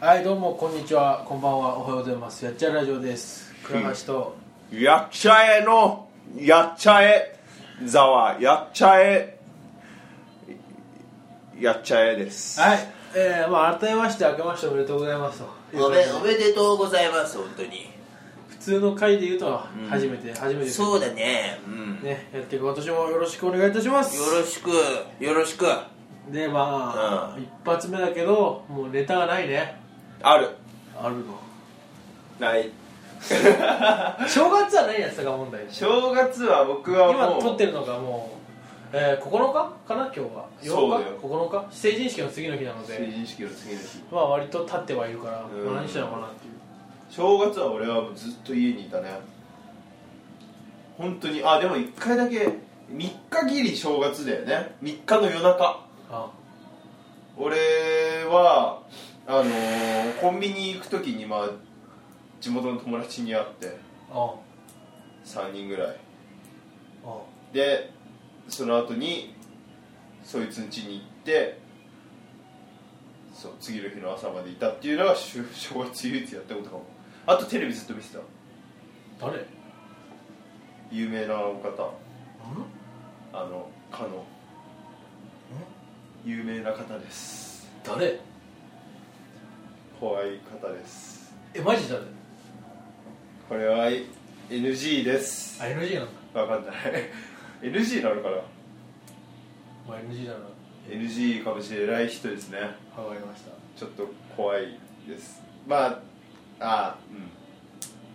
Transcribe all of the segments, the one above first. はいどうもこんにちはこんばんはおはようございますやっちゃラジオです倉橋とやっちゃえのやっちゃえざわやっちゃえやっちゃえですはいえー、まあ改めまして明けましておめでとうございますとおめおめでとうございます本当に普通の回で言うと初めて、初めてそうだねうんねやっていく私もよろしくお願いいたしますよろしくよろしくでまあ、うん一発目だけどもうネタがないねあるあるの ない正月は何やってたか問題正月は僕はも今う撮ってるのがもう、えー、9日かな今日はそうだよ8日9日成人式の次の日なの成で人式の次の日まあ割と立ってはいるから、うんまあ何してたのかなっていう正月は俺はずっと家にいたね本当にあでも1回だけ3日ぎり正月だよね3日の夜中あ俺はあのーコンビニ行く時にまあ地元の友達に会ってあ3人ぐらいあでその後にそいつん家に行ってそう次の日の朝までいたっていうのがし ゅ正月唯一やったことかもあとテレビずっと見てた誰ん有名なお方あのかの有名な方です誰怖い方ですえマジ誰これは NG ですあ NG なんだ、わかんない NG なのかなまあ、NG だな NG かもしれない人ですねわかりましたちょっと怖いですまああ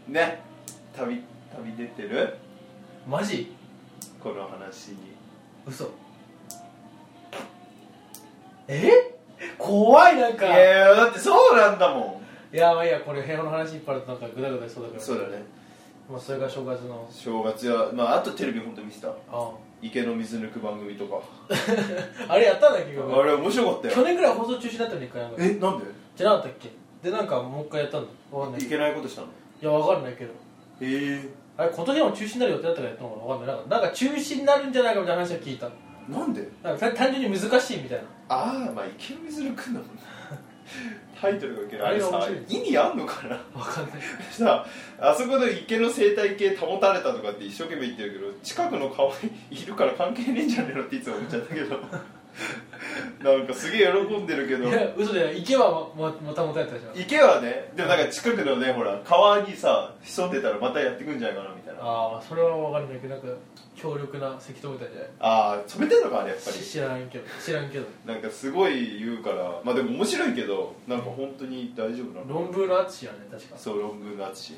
うんね旅旅出てるマジこの話に嘘え怖いなんいか、やだってそうなんだもいやまあいいやこれ平和の話いっぱいあるとなんかグダグダしそうだかんらそうだねまあそれが正月の正月やまああとテレビ本当見てたあ 池の水抜く番組とかああれやったんだっけ結あ局れ面白かった去よ年ぐらい放送中止だったのに一回なんかえなんでじゃなかったっけでなんかもう一回やったんだわかんないいいけないことしたのやわかんないけどへえあれ今年も中止になる予定だったからやったのかわかんないなんかなんか中止になるんじゃないかみたいな話を聞いたなんでなんか単単純に難しいみたいなああまあ池の水抜くん だもんなタイトルがいけないあれあれ面さ白い意味あんのかなわかんない さあそこの池の生態系保たれたとかって一生懸命言ってるけど近くの川にいるから関係ねえんじゃねえのっていつも思っちゃったけ どなんかすげえ喜んでるけどいや嘘だよ池はももたもたやったじゃん池はねでもなんか近くのねほら川にさ潜んでたらまたやってくんじゃないかなみたいなあああそれはわかんないけどなんか強力な石灯みたいじゃないあー染めてんのかあれやっぱりし知らんけど知らんけどなんかすごい言うからまあでも面白いけどなんか本当に大丈夫なの論文の淳やね確かそう論文の淳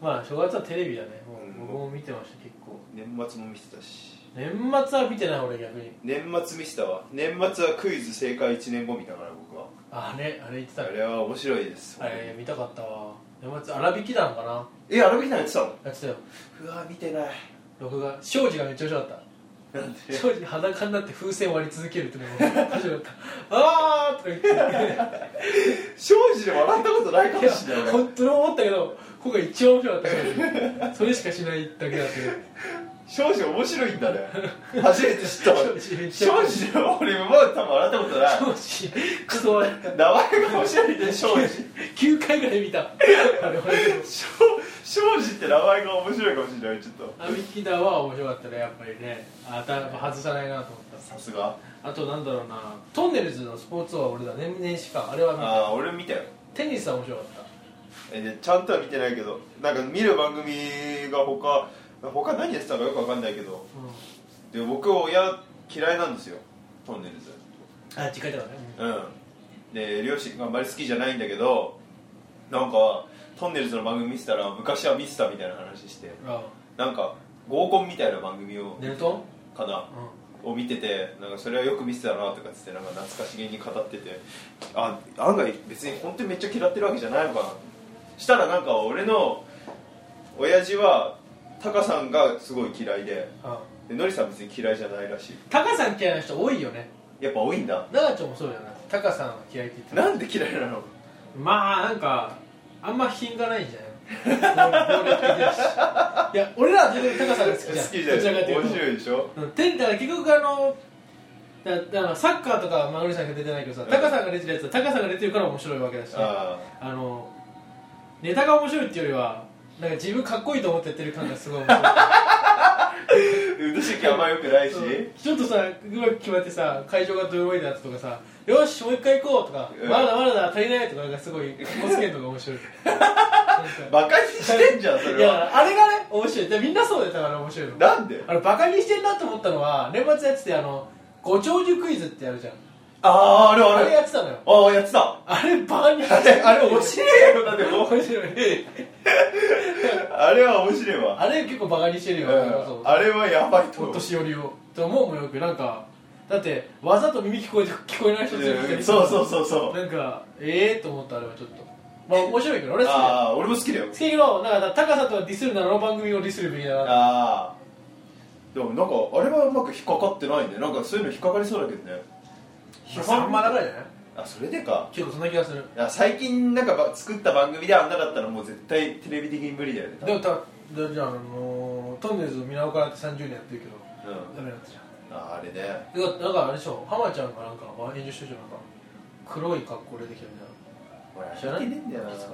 まあ正月はテレビだねもうんう僕も見てました結構年末も見てたし年末は見てない俺逆に年末見てたわ年末はクイズ正解1年後見たから僕はあれあれ言ってたあねれは面白いですあれ見たかったわ年末荒引き団かなえあの時なんやってたのやってたようわ見て ない録画庄司がめっちゃ面白かったなんで 庄司裸になって風船割り続けるってのが面白か ったあーとか言って庄司で笑ったことないかもしれない本当に思ったけど今回一番面白かった庄司それしかしないだけだって庄司面白いんだね初めて知 ったわ庄司めっちゃ庄司でも俺今まで多分笑ったことない庄司クソ笑った名前が面白いね庄司9回ぐらい見たあれ庄庄司って名前が面白いかもしれないちょっとアミキダは面白かったねやっぱりねあた外さないなと思ったさすがあとなんだろうなトンネルズのスポーツは俺だ年々しかあれは見たああ俺見たよテニスは面白かったえでちゃんとは見てないけどなんか見る番組が他他何やってたかよくわかんないけどで僕親嫌いなんですよトンネルズあ実家だからねうんで両親があんまり好きじゃないんだけどなんかトンネルズの番組見てたら昔は見てたみたいな話してあなんか合コンみたいな番組をネルトンかなを見ててなんかそれはよく見てたなとかっつってなんか懐かしげに語っててあ案外別に本当にめっちゃ嫌ってるわけじゃないのかなしたらなんか俺の親父はタカさんがすごい嫌いででノリさんは別に嫌いじゃないらしいタカさん嫌いな人多いよねやっぱ多いんだ長ちゃんもそうだよなタカさんは嫌いって言ってたなんで嫌いなのまあなんかあんま品がないんじゃ ない能力的だしいや俺らは全然タカさんが好きじゃん好きじゃどちらなかいという面と白いでしょうんてだから結局あのだだからサッカーとかはマグリさんが出てないけどさ、うん高さんが出てるやつは高さんが出てるから面白いわけだし、ああのネタが面白いっていうよりはなんか自分かっこいいと思ってやってる感がすごい面白ー腕時計あんまよくないし、いちょっとさうまく決まってさ会場がどよいだとかさ「よしもう一回行こう」とか「うんまだまだだ足りない」とかがすごいコツけんとか面 白いなんかバカにしてんじゃんそいれはやあれがね面白いでみんなそうだよだから面白いのなんであのバカにしてんなと思ったのは年末やっててあのご長寿クイズってやるじゃんあーあれああれれやってたのよああやってたあれバカにあれあれ面い白いよだってもう面白い あれは面白いわあれ結構バカにしてるうよ、んあれはやばいおと思う年寄りをと思うもよくなんかだってわざと耳聞こえて聞こえない人連れてきたりそうそうそうそうなんかええー、と思ったあれはちょっとまあ面白いけど俺好きだよああ俺も好きだよ好きだけどなんか高さとはディスるならあの番組をディスるべきだなああでもなんかあれはうまく引っかかってないねなんかそういうの引っかかりそうだけどねさんまだからじゃないあそれでか結構そんな気がするいや最近なんかば作った番組であんなだったらもう絶対テレビ的に無理だよね多で分もただじゃあ、あのートンネルズの皆岡だって30年やってるけどダメだったじゃんうんああれねだからなんかあれでしょ浜ちゃんがなんか演じしてるじゃんなんか黒い格好でできたみたいな俺知らない見てねえんだよないつか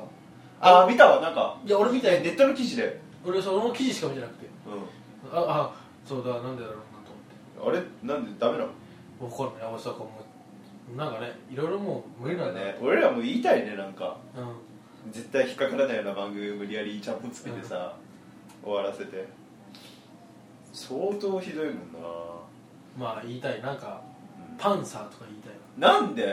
ああ見たわなんかいや俺みたいネットの記事で俺その記事しか見てなくてうああそうだなんでだろうなと思ってんあれなんでダメなの分かんない大阪もなんかねいろいろもう無理なんだね俺らも言いたいねなんかうん絶対引っかからないような番組を無理やりちゃんぽんつけてさ、終わらせて相当ひどいもんまあ言いたいなんかな、パンサーとか言いたいなんで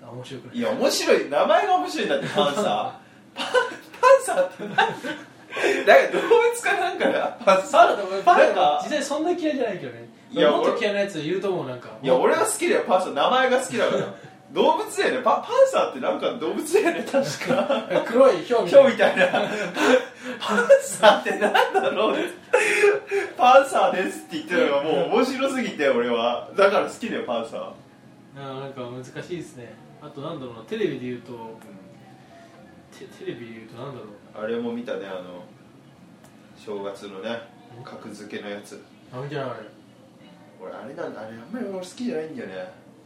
なあ面白くないいや面白い名前が面白いんだってパン サーパンパンサーって何なんか動物かなんかなパパンサンサーとーかパンサなんーがか実際そんな嫌いじゃないけどねいやもっと俺嫌いなやついると思うなんかいや俺は好きだよパンサー名前が好きだから動物だよねパパンサーってなんか動物だよね確か黒いヒョウみた今い日みたいなパンサーってなんだろうパンサーですって言ってるのがもう面白すぎて俺はだから好きだよパンサーなあなんか難しいですねあとなんだろうなテレビで言うとテテレビで言うとなんだろうあれも見たねあの正月のね格付けのやつなあみたいなあれ俺あれなんあれあんまり俺好きじゃないんだよね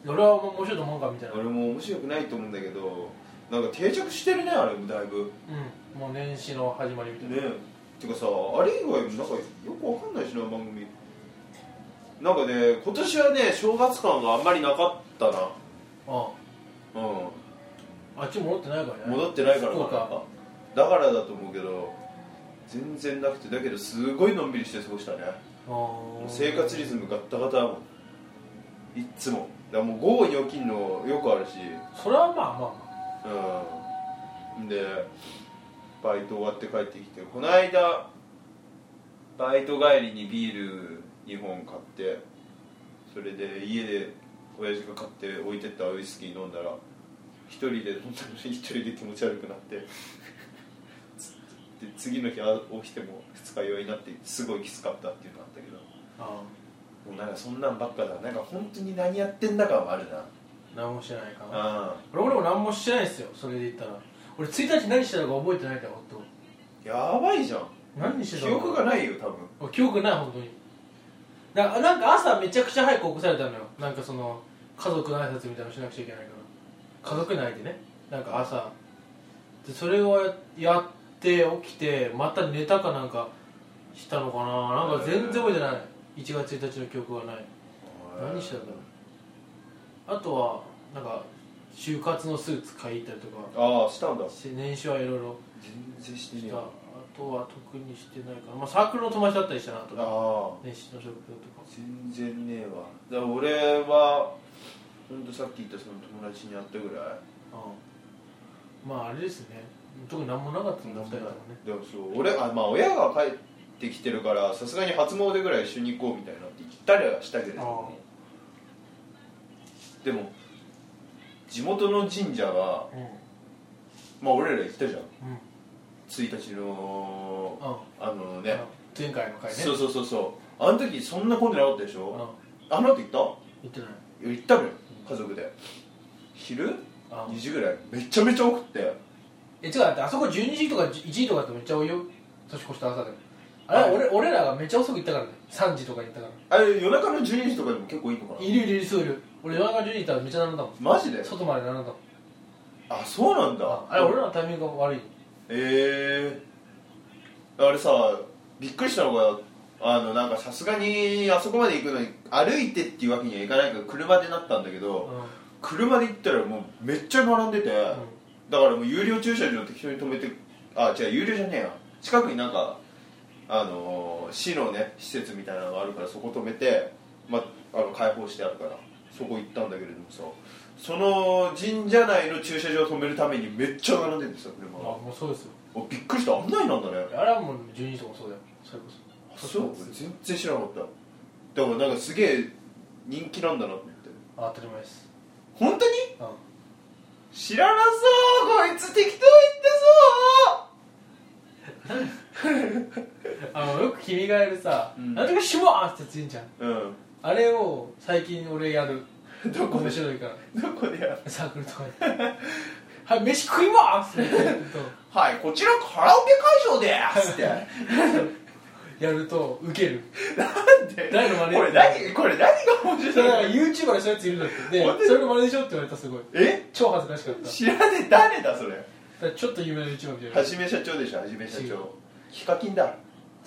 俺はもう面白いと思うかみたいなう俺も面白くないと思うんだけどなんか定着してるねあれもだいぶんもう年始の始まりみたいな、ねてかさあれ以外もなんかよくわかんないしな番組なんかね今年はね正月感があんまりなかったあなうああっち戻ってないからんね戻ってないからかなそうかだからだと思うけど全然なくてだけどすごいのんびりして過ごしたねあー生活リズムガッタガタだもんいっつもだからもう午後に起きんのよくあるしそれはまあまあまあうんでバイト終わって帰ってきてこの間バイト帰りにビール2本買ってそれで家で親父が買って置いてったウイスキー飲んだら一人で飲んだのに一人で気持ち悪くなってつで次の日あ起きても二日酔いになってすごいきつかったっていうのあったけどあもうなんかそんなんばっかだなんか本当に何やってんだかはあるなあ何もしてないかなあ俺俺も何もしてないですよそれで言ったら俺1日何してたか覚えてないから本あやばいじゃん当何してた記憶がいないよ多分記憶ない本当にだからなんか朝めちゃくちゃ早く起こされたのよなんかその家族の挨拶みたいなのしなくちゃいけないから家族内でねなんか朝でそれをやって起きてまた寝たかなんかしたのかななんか全然覚えてない1月1日の記憶がない何してたんだろうあとはなんか就活のスーツ買いに行ったりとかああしたんだし年始はいろいろ全然してしねえたなあとは特にしてないかな、まあ、サークルの友達だったりしたなとかああ年始の職業とか全然ねえわだから俺は本当さっき言ったその友達に会ったぐらいうんまああれですね特に何もなかったの2人ともねでもそう俺あまあ親が帰ってきてるからさすがに初詣ぐらい一緒に行こうみたいなって言ったりはしたけれどもでも地元の神社はうんまあ俺ら行ったじゃうんん1日のああのね前回の回ねそうそうそうそうあの時そんな混んでなかったでしうんょあの後行った言ってないいや行ったのよ家族で昼あ2時ぐらいめちゃめちゃ多くってえ違うだってあそこ12時とか1時とかってめっちゃ多いよ年越した朝でもあれ、はい俺俺らがめっちゃ遅く行ったからね3時とか行ったからあれ夜中の12時とかでも結構いいのかないるいるいるそういる俺夜中10時行ったらめっちゃ並んだもんマジで外まで並んだもんあそうなんだああれ俺らのタイミングが悪いええあれさびっくりしたのがあのなんかさすがにあそこまで行くのに歩いてっていうわけにはいかないから車でなったんだけうど、ん車で行ったらもうめっちゃ並んでて、だからもう有料駐車場適当に止めてあ違う有料じゃねえや近くになんかあのー市のね施設みたいなのがあるからそこ止めて、ま、あの開放してあるからそこ行ったんだけれどもさその神社内の駐車場を止めるためにめっちゃ並んでるんですよあ車がもうそうですよおびっくりしたあんなになんだねあれはもう12時とかそうだよそれこあそそう全然知らなかっただからなんかすげえ人気なんだなと思ってあ当たり前です本当にうん知らなそうこいつ適当言ったぞあのよく君がやるさ「うんなんとかしもーって言うんじゃんうんあれを最近俺やるどこ面で白いからどこでやサークルとかで「 はい飯食いまーす!」ってやるとはいこちらカラオケ会場ですってやるとウケるなんで 誰の真似これ何これ何が面それだから白い YouTuber の人やついるんだって本当でにそれの真似でしょって言われたすごいえ超恥ずかしかっただ知らねえ誰だそれからちょっと有名な YouTuber みたいなはじめ社長でしょはじめ社違う長ヒカキンだ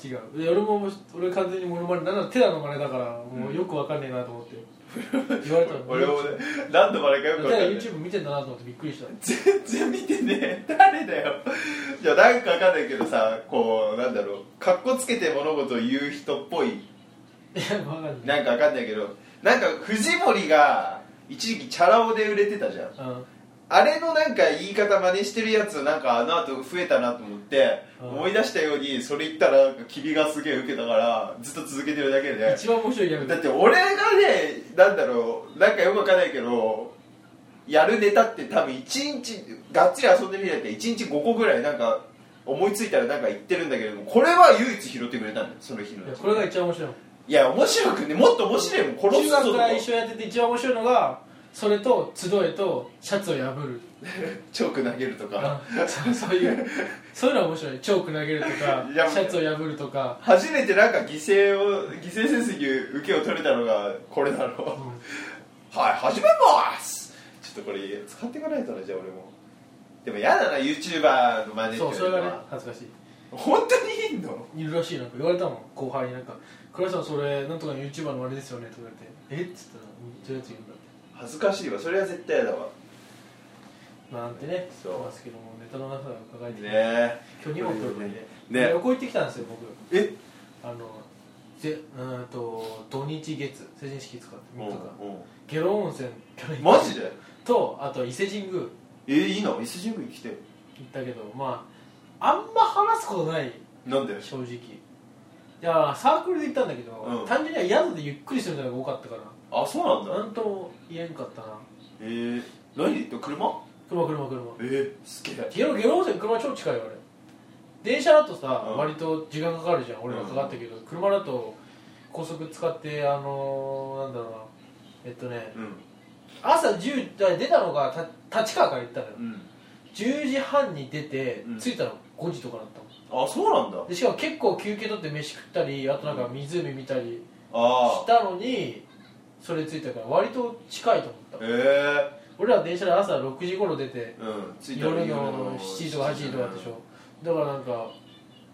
違うで俺も俺完全にモノマネなんなら手だのマネだからもうよくわかんねえなと 思って言われたの俺もね何の真似かよくだか分からんない YouTube 見てんだなと思ってびっくりした全然見てねえ誰だよいやなんかわかんないけどさこうなんだろうかっこつけて物事を言う人っぽいいやわかんないなんかわかんないけどなんか藤森が一時期チャラ男で売れてたじゃんうんあれのなんか言い方真似してるやつなんかあの後増えたなと思ってうん思い出したようにそれ言ったらなんか君がすげえ受けたからずっと続けてるだけで一番面白いギャグだだって俺がねなんだろうなんかよくわかんないけどやるネタって多分1日がっつり遊んでみないと1日5個ぐらいなんか思いついたらなんか言ってるんだけれどもこれは唯一拾ってくれたんだよその日のいやこれが一番面白いのいや面白くねもっと面白いもん殺中すぞ学とかから一緒やってて一番面白いのがそれと集えとシャツを破るチョーク投げるとかそうそういうそういうのは面白いチョーク投げるとかいやシャツを破るとか、初めてなんか犠牲を犠牲成績受けを取れたのがこれだろううんはい始めますちょっとこれ使っていかないとなじゃあ俺もでも嫌だな YouTuber の真似ってそうそいれうのがねは恥ずかし本当にいいのいいるらしいなんか言われたもん後輩になんか「倉石さんそれなんとかの YouTuber のあれですよね」って言われて「えっ?」つったら「そういうやついるんだ」って恥ずかしいわそれは絶対嫌だわなんてねそう言いますけどもネタの中を伺えねて、え今日2本撮るのにねねで旅行行ってきたんですよ僕えあのぜうーんと土日月成人式使ってうん3う日間下ん呂温泉去年マジでとあと伊勢神宮行っえいいの伊勢神宮来てたけどまああんま話すことないなんで正直いやサークルで行ったんだけど、うん単純には宿でゆっくりするのが多かったからあそうなんなだんとも言えんかったなえー、何で行った車車車車えー、すげえゲロゲロ温泉車超近いよあれ電車だとさ、うん割と時間かかるじゃん俺らかかったけど、車だと高速使ってあのー、なんだろうなえっとねうん朝10だから出たのがた立川から行ったのよ、うん10時半に出て、うん着いたの5時とかだったのあそうなんだでしかも結構休憩取って飯食ったりあとなんか湖見たりあしあたのにそれ着いたから割と近いと思ったえ俺ら電車で朝6時頃出てえうん着いたら夜の7時とか8時とかでしょだからなんか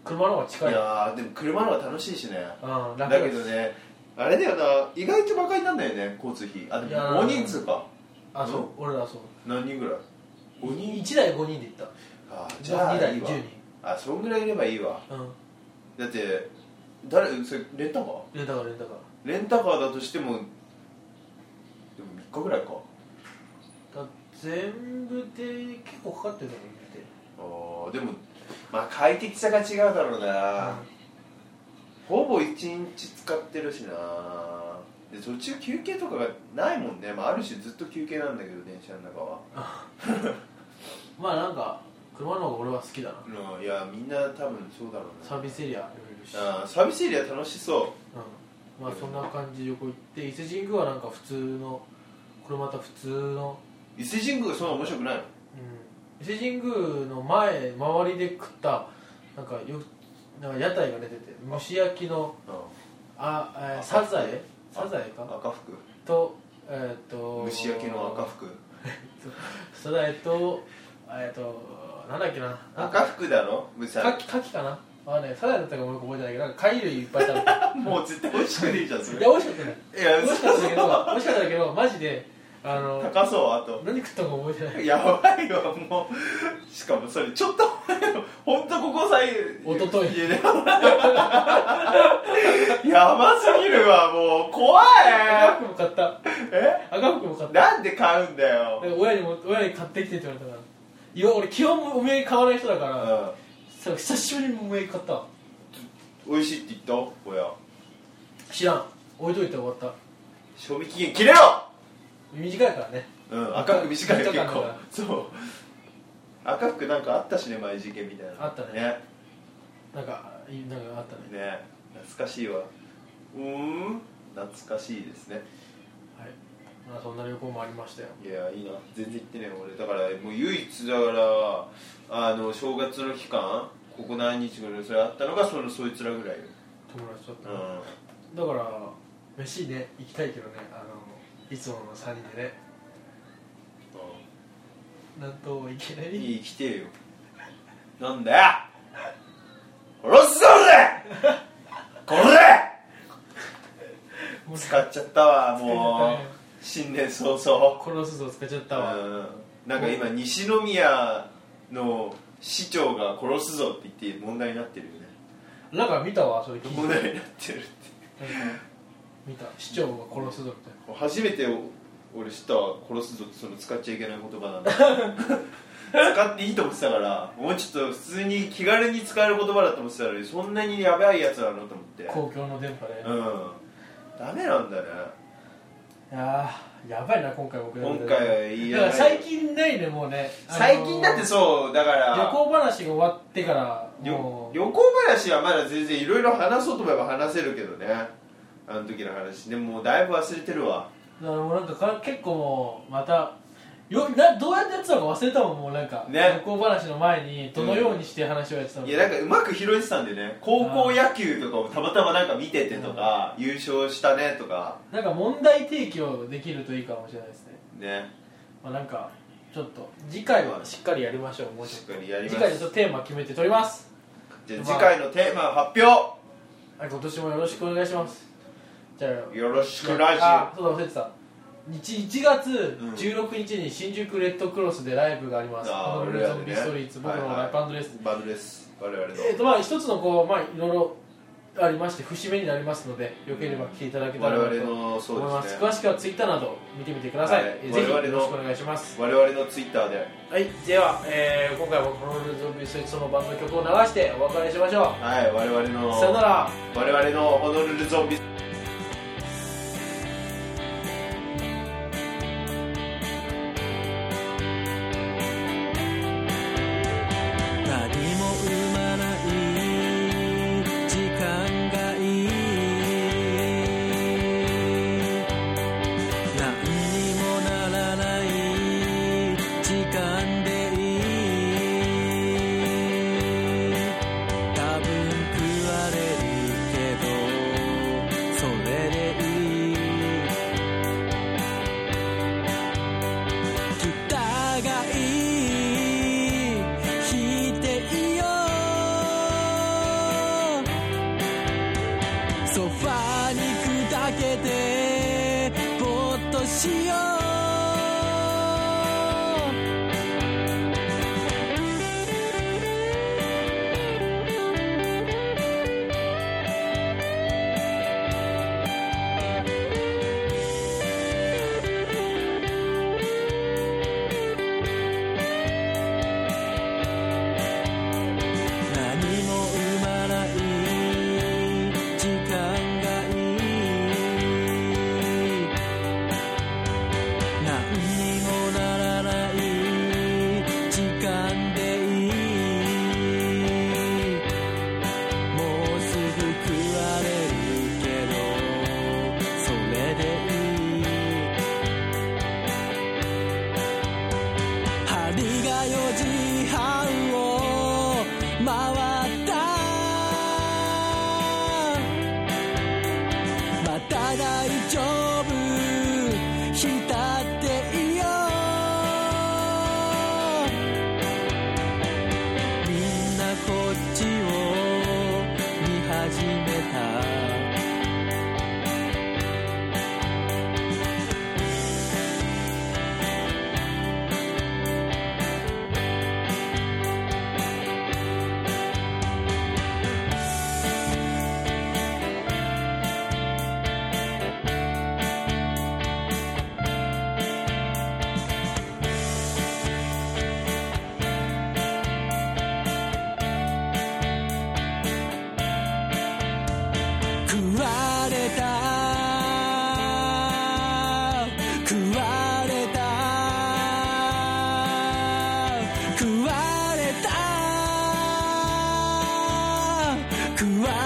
車の方がい近いやーでも車の方が楽しいしねうん、だ楽けどねあれだよな意外とバカになんだよね交通費あいでやもー大人数かあそう、俺らそう何人ぐらい5人1台5人で行ったあーじゃあ2台いいわ10あそんぐらいいればいいわ人うんだって誰それレンタカーレンタカーレンタカーレンタカーだとしてもでも3日ぐらいかだ全部で結構かかってるんだもん言うあーでもまあ快適さが違うだろうな、うんほぼ1日使ってるしなで途中休憩とかがないもんね、まあ、ある種ずっと休憩なんだけど電車の中はて まあなんか車の方が俺は好きだなうんいやみんな多分そうだろうサなービスエリアいろいろしあーサービスエリア楽しそうんまあそんな感じで旅行行って伊勢神宮はなんか普通のこれまた普通の、う伊勢神宮がそんな面白くないのうん、伊勢神宮の前周りで食ったなんかよなんか屋台が出てて蒸し焼きのあ、えー、サザエサザエか赤服とえっと虫焼けの赤服それだえっとえっとなんだっけななんか赤服だろむさカキカキかなあねサラダだったかもよく覚えてないけどなんか貝類いっぱい食べ てもう絶対美味しくねえじゃんそいれや美味しかったねいや美味しかったんだけど美味しかったんだけどマジであの高そうあと何食ったか覚えてない やばいわもうしかもそれちょっと 前のほんとここさえおとといや やばすぎるわもう怖い赤服も買ったえ赤服も買ったなんで買うんだよで親にも親に買ってきてって言われたからいや俺基本お土産買わない人だから、うそう久しぶりにお土産買ったわん美味しいって言った親知らん置いといて終わった賞味期限切れろ短いからねうん赤く短いよ結短か構ったなそう赤服なんかあったしね前事件みたいなあったねねなんかいいなんかあったねね懐かしいわうーん懐かしいですねはいまあそんな旅行もありましたよいやいいな全然行ってない俺だからもう唯一だからあの正月の期間ここ何日ぐらいそれあったのがそのそいつらぐらいよ友達とっうたら、んだから飯ね行きたいけどねあのいつもの3人でねなんともいけないいい来てよなんだよ殺すぞ俺殺もうせ使っちゃったわも使っちゃったねう新年早々殺すぞ使っちゃったわ、うんなんか今西宮の市長が殺すぞって言って問題になってるよねなんか見たわそれ聞いて問題になってるってなんか見た市長が殺すぞみたいな初めて俺知ったわ殺すぞってその使っちゃいけない言葉なんだ使っていいと思ってたからもうちょっと普通に気軽に使える言葉だと思ってたのにそんなにやばいやつなのと思って公共の電波で、いうんダメなんだねやーやばいな今回僕今回はいいだやから最近ないねもうねあのー最近だってそうだから旅行話が終わってから旅もう旅行話はまだ全然いろいろ話そうと思えば話せるけどねあの時の話でももうだいぶ忘れてるわだからもうなんかか結構もうまたよなどうやってやってたのか忘れたもんもうなんか、ね旅行話の前にどのようにして話をやってたのいやなんかうまく拾えてたんでね高校野球とかをたまたまなんか見ててとか優勝したねとかなんか問題提起をできるといいかもしれないですね、ねまあ、なんかちょっと次回はしっかりやりましょうもうちょしっっとかりやり次ま回ちょっすとテーマ決めて撮りますじゃあ次回のテーマ発表はい今年もよろしくお願いしますじゃあよろしくラジあそうだ忘れてた 1, 1月うん16日に新宿レッドクロスでライブがあります「あーホノルル俺らゾでねンビストリート」僕のライブです、オバルです我々 のえっとまあ一つのこうまあいろいろありまして節目になりますのでよければ来ていただけたらなと我々のそう思いますですね 詳しくはツイッターなど見てみてください、はいえーぜひよ我々のろしくお願いします我々のツイッターではいでは、えー今回もホノルルゾンビストリートのバンドの曲を流してお別れしましょはい我々うのさよなら我々のホノルルゾンビ何も生まない時間がいい何にもならない時間でいい多分食われるけどそれでいいギターがいい弾いていいよソファに砕けてぼーっとしよう何も生まない時間がいい食われた食わ